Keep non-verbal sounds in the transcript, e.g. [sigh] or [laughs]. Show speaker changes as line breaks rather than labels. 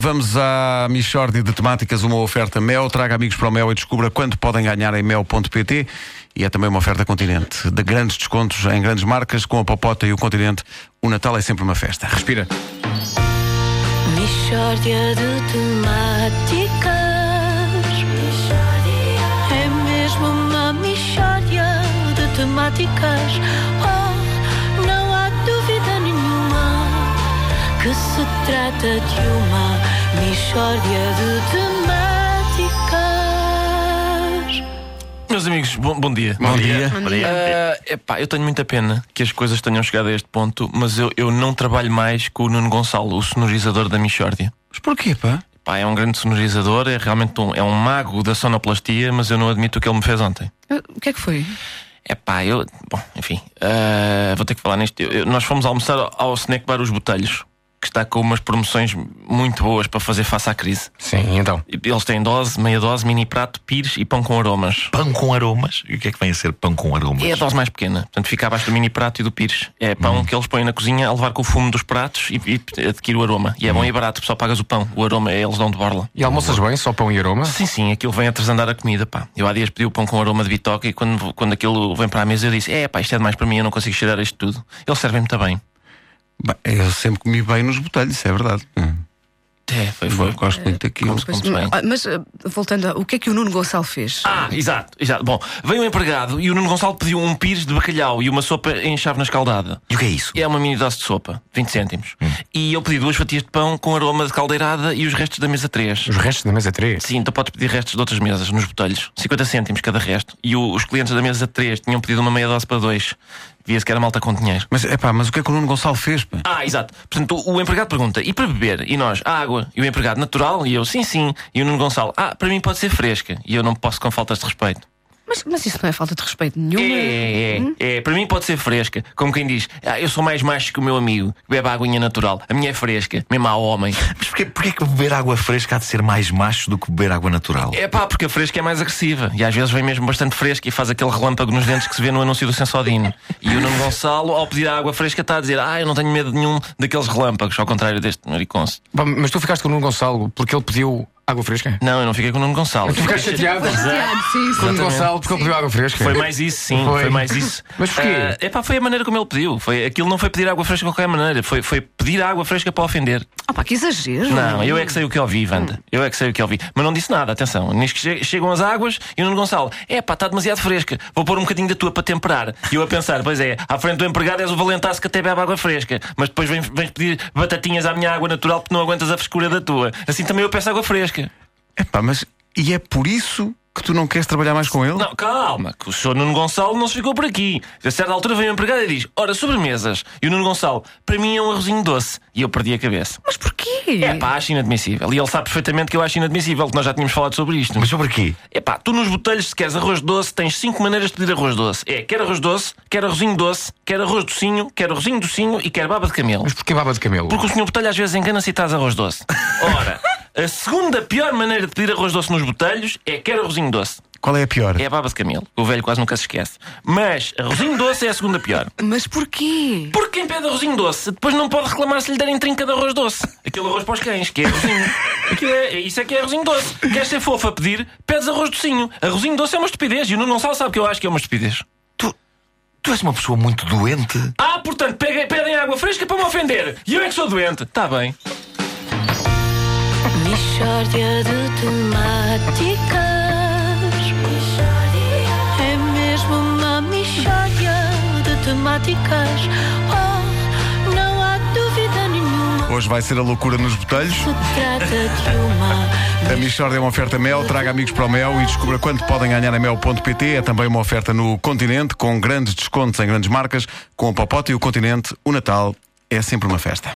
Vamos à Michórdia de Temáticas, uma oferta Mel. Traga amigos para o Mel e descubra quanto podem ganhar em mel.pt. E é também uma oferta Continente, de grandes descontos em grandes marcas. Com a Popota e o Continente, o Natal é sempre uma festa. Respira.
Mistória de temáticas. É mesmo uma mistória de temáticas. Oh, não há dúvida nenhuma que se trata de uma mistória de temáticas.
Meus amigos, bom, bom dia.
Bom dia.
Ah, epá, eu tenho muita pena que as coisas tenham chegado a este ponto, mas eu, eu não trabalho mais com o Nuno Gonçalo, o sonorizador da Michórdia.
Mas porquê, pá?
Pá, é um grande sonorizador, é realmente um, é um mago da sonoplastia, mas eu não admito o que ele me fez ontem.
O que é que foi?
Epá, eu. Bom, enfim, ah, vou ter que falar nisto. Eu- eu- nós fomos almoçar ao- ao Snack Bar Os Botelhos, que está com umas promoções muito boas para fazer face à crise.
Sim, então.
E Eles têm dose, meia dose, mini prato, pires e pão com aromas.
Pão com aromas? E o que é que vem a ser pão com aromas?
É a dose mais pequena, portanto fica abaixo do mini prato e do pires. É pão que eles põem na cozinha a levar com o fumo dos pratos e, e adquire o aroma. E é bom e barato, só pagas o pão, o aroma é eles dão de borla.
E almoças bem, só pão e aroma?
Ah.
Sim, sim, aquilo vem a trasandar a comida, pá. Eu há dias pedi o pão com aroma de bitoca e quando, quando aquilo vem para a mesa eu disse: é pá, isto é demais para mim, eu não consigo cheirar isto tudo. Eles servem muito bem.
Bem, eu sempre comi bem nos botelhos, isso é verdade. Hum.
É, foi, foi.
Gosto muito daquilo.
Como- como- Muito bem.
Ah, Mas ah, voltando, a, o que é que o Nuno Gonçalo fez?
Ah, exato, exato. Bom, veio um empregado e o Nuno Gonçalo pediu um pires de bacalhau e uma sopa em chávena escaldada.
E o que é isso?
É uma mini dose de sopa, 20 cêntimos. E eu pedi duas fatias de pão com aroma de caldeirada e os restos da mesa 3.
Os restos da mesa 3?
Sim, então podes pedir restos de outras mesas, nos botelhos. 50 cêntimos cada resto. E o- os clientes da mesa 3 tinham pedido uma meia dose para dois. Via-se que era malta com dinheiro.
Mas, epá, mas o que é que o Nuno Gonçalo fez, pá?
Ah, exato. Portanto, o, o empregado pergunta: e para beber? E nós, água. E o empregado, natural? E eu, sim, sim. E o Nuno Gonçalo, ah, para mim pode ser fresca. E eu não posso com faltas de respeito.
Mas, mas isso não é falta de respeito nenhuma.
É, é, é, é. Para mim pode ser fresca. Como quem diz, "Ah, eu sou mais macho que o meu amigo, que bebe a aguinha natural. A minha é fresca, mesmo ao homem.
Mas porquê, porquê é que beber água fresca há de ser mais macho do que beber água natural?
É pá, porque a fresca é mais agressiva. E às vezes vem mesmo bastante fresca e faz aquele relâmpago nos dentes que se vê no anúncio do Sensodino. E o Nuno Gonçalo, ao pedir a água fresca, está a dizer: Ah, eu não tenho medo nenhum daqueles relâmpagos, ao contrário deste mariconce.
Bom, Mas tu ficaste com o Nuno Gonçalo porque ele pediu água fresca?
Não, eu não fiquei com o Nuno Gonçalo.
Tu ficaste chateado
Chateado, Ah, sim, sim.
com o Nuno Gonçalo porque ele pediu água fresca?
Foi mais isso, sim, foi,
Foi.
mais isso.
Mas porquê?
Ah, epá, foi a maneira como ele pediu. Foi, aquilo não foi pedir água fresca de qualquer maneira, foi, foi pedir água fresca para ofender.
Ah, pá, que exagero.
Não, eu é que sei o que ouvi,
Hum.
Wanda. Eu é que sei o que ouvi. Mas não disse nada, atenção. Nisto que che- chegam as águas e o Nuno Gonçalo, é pá, está demasiado fresca. Vou pôr um bocadinho da tua para temperar. E eu a pensar, pois é, à frente do empregado és o valentaço que até bebe água fresca. Mas depois vens, vens pedir batatinhas à minha água natural porque não aguentas a frescura da tua. Assim também eu peço água fresca.
Epá, mas e é por isso que tu não queres trabalhar mais com ele?
Não, calma, que o senhor Nuno Gonçalo não se ficou por aqui. A certa altura vem o empregado e diz: Ora, sobremesas. E o Nuno Gonçalo, para mim é um arrozinho doce. E eu perdi a cabeça.
Mas porquê?
É pá, acho inadmissível. E ele sabe perfeitamente que eu acho inadmissível, que nós já tínhamos falado sobre isto.
Mas sobre quê?
Epá, tu nos botelhos, se queres arroz doce, tens cinco maneiras de pedir arroz doce. É quer arroz doce, quer arrozinho doce, quer arroz docinho, quer arrozinho docinho e quer baba de camelo.
Mas porquê baba de camelo?
Porque o senhor botelho às vezes engana-se e traz
[laughs]
arroz doce. Ora, a segunda pior maneira de pedir arroz doce nos botelhos é quer arrozinho doce.
Qual é a pior?
É a baba de camelo. O velho quase nunca se esquece. Mas arrozinho doce é a segunda pior.
Mas porquê?
Porque quem pede arrozinho doce depois não pode reclamar se lhe derem trinca de arroz doce. Aquele arroz para os cães, que é arrozinho. Aquilo é, isso é que é arrozinho doce. Queres ser fofo a pedir, pedes arroz docinho. Arrozinho doce é uma estupidez e o Nuno Gonçalo sabe que eu acho que é uma estupidez.
Tu és uma pessoa muito doente.
Ah, portanto, peguem- pedem água fresca para me ofender. E eu é que sou doente. Está bem.
Mistória de temáticas. É mesmo uma mistória de temáticas. Oh, não há dúvida nenhuma.
Hoje vai ser a loucura nos botelhos.
Se trata de uma
A Michord é uma oferta Mel, traga amigos para o Mel e descubra quanto podem ganhar em mel.pt. É também uma oferta no Continente, com grandes descontos em grandes marcas. Com o Papote e o Continente, o Natal é sempre uma festa.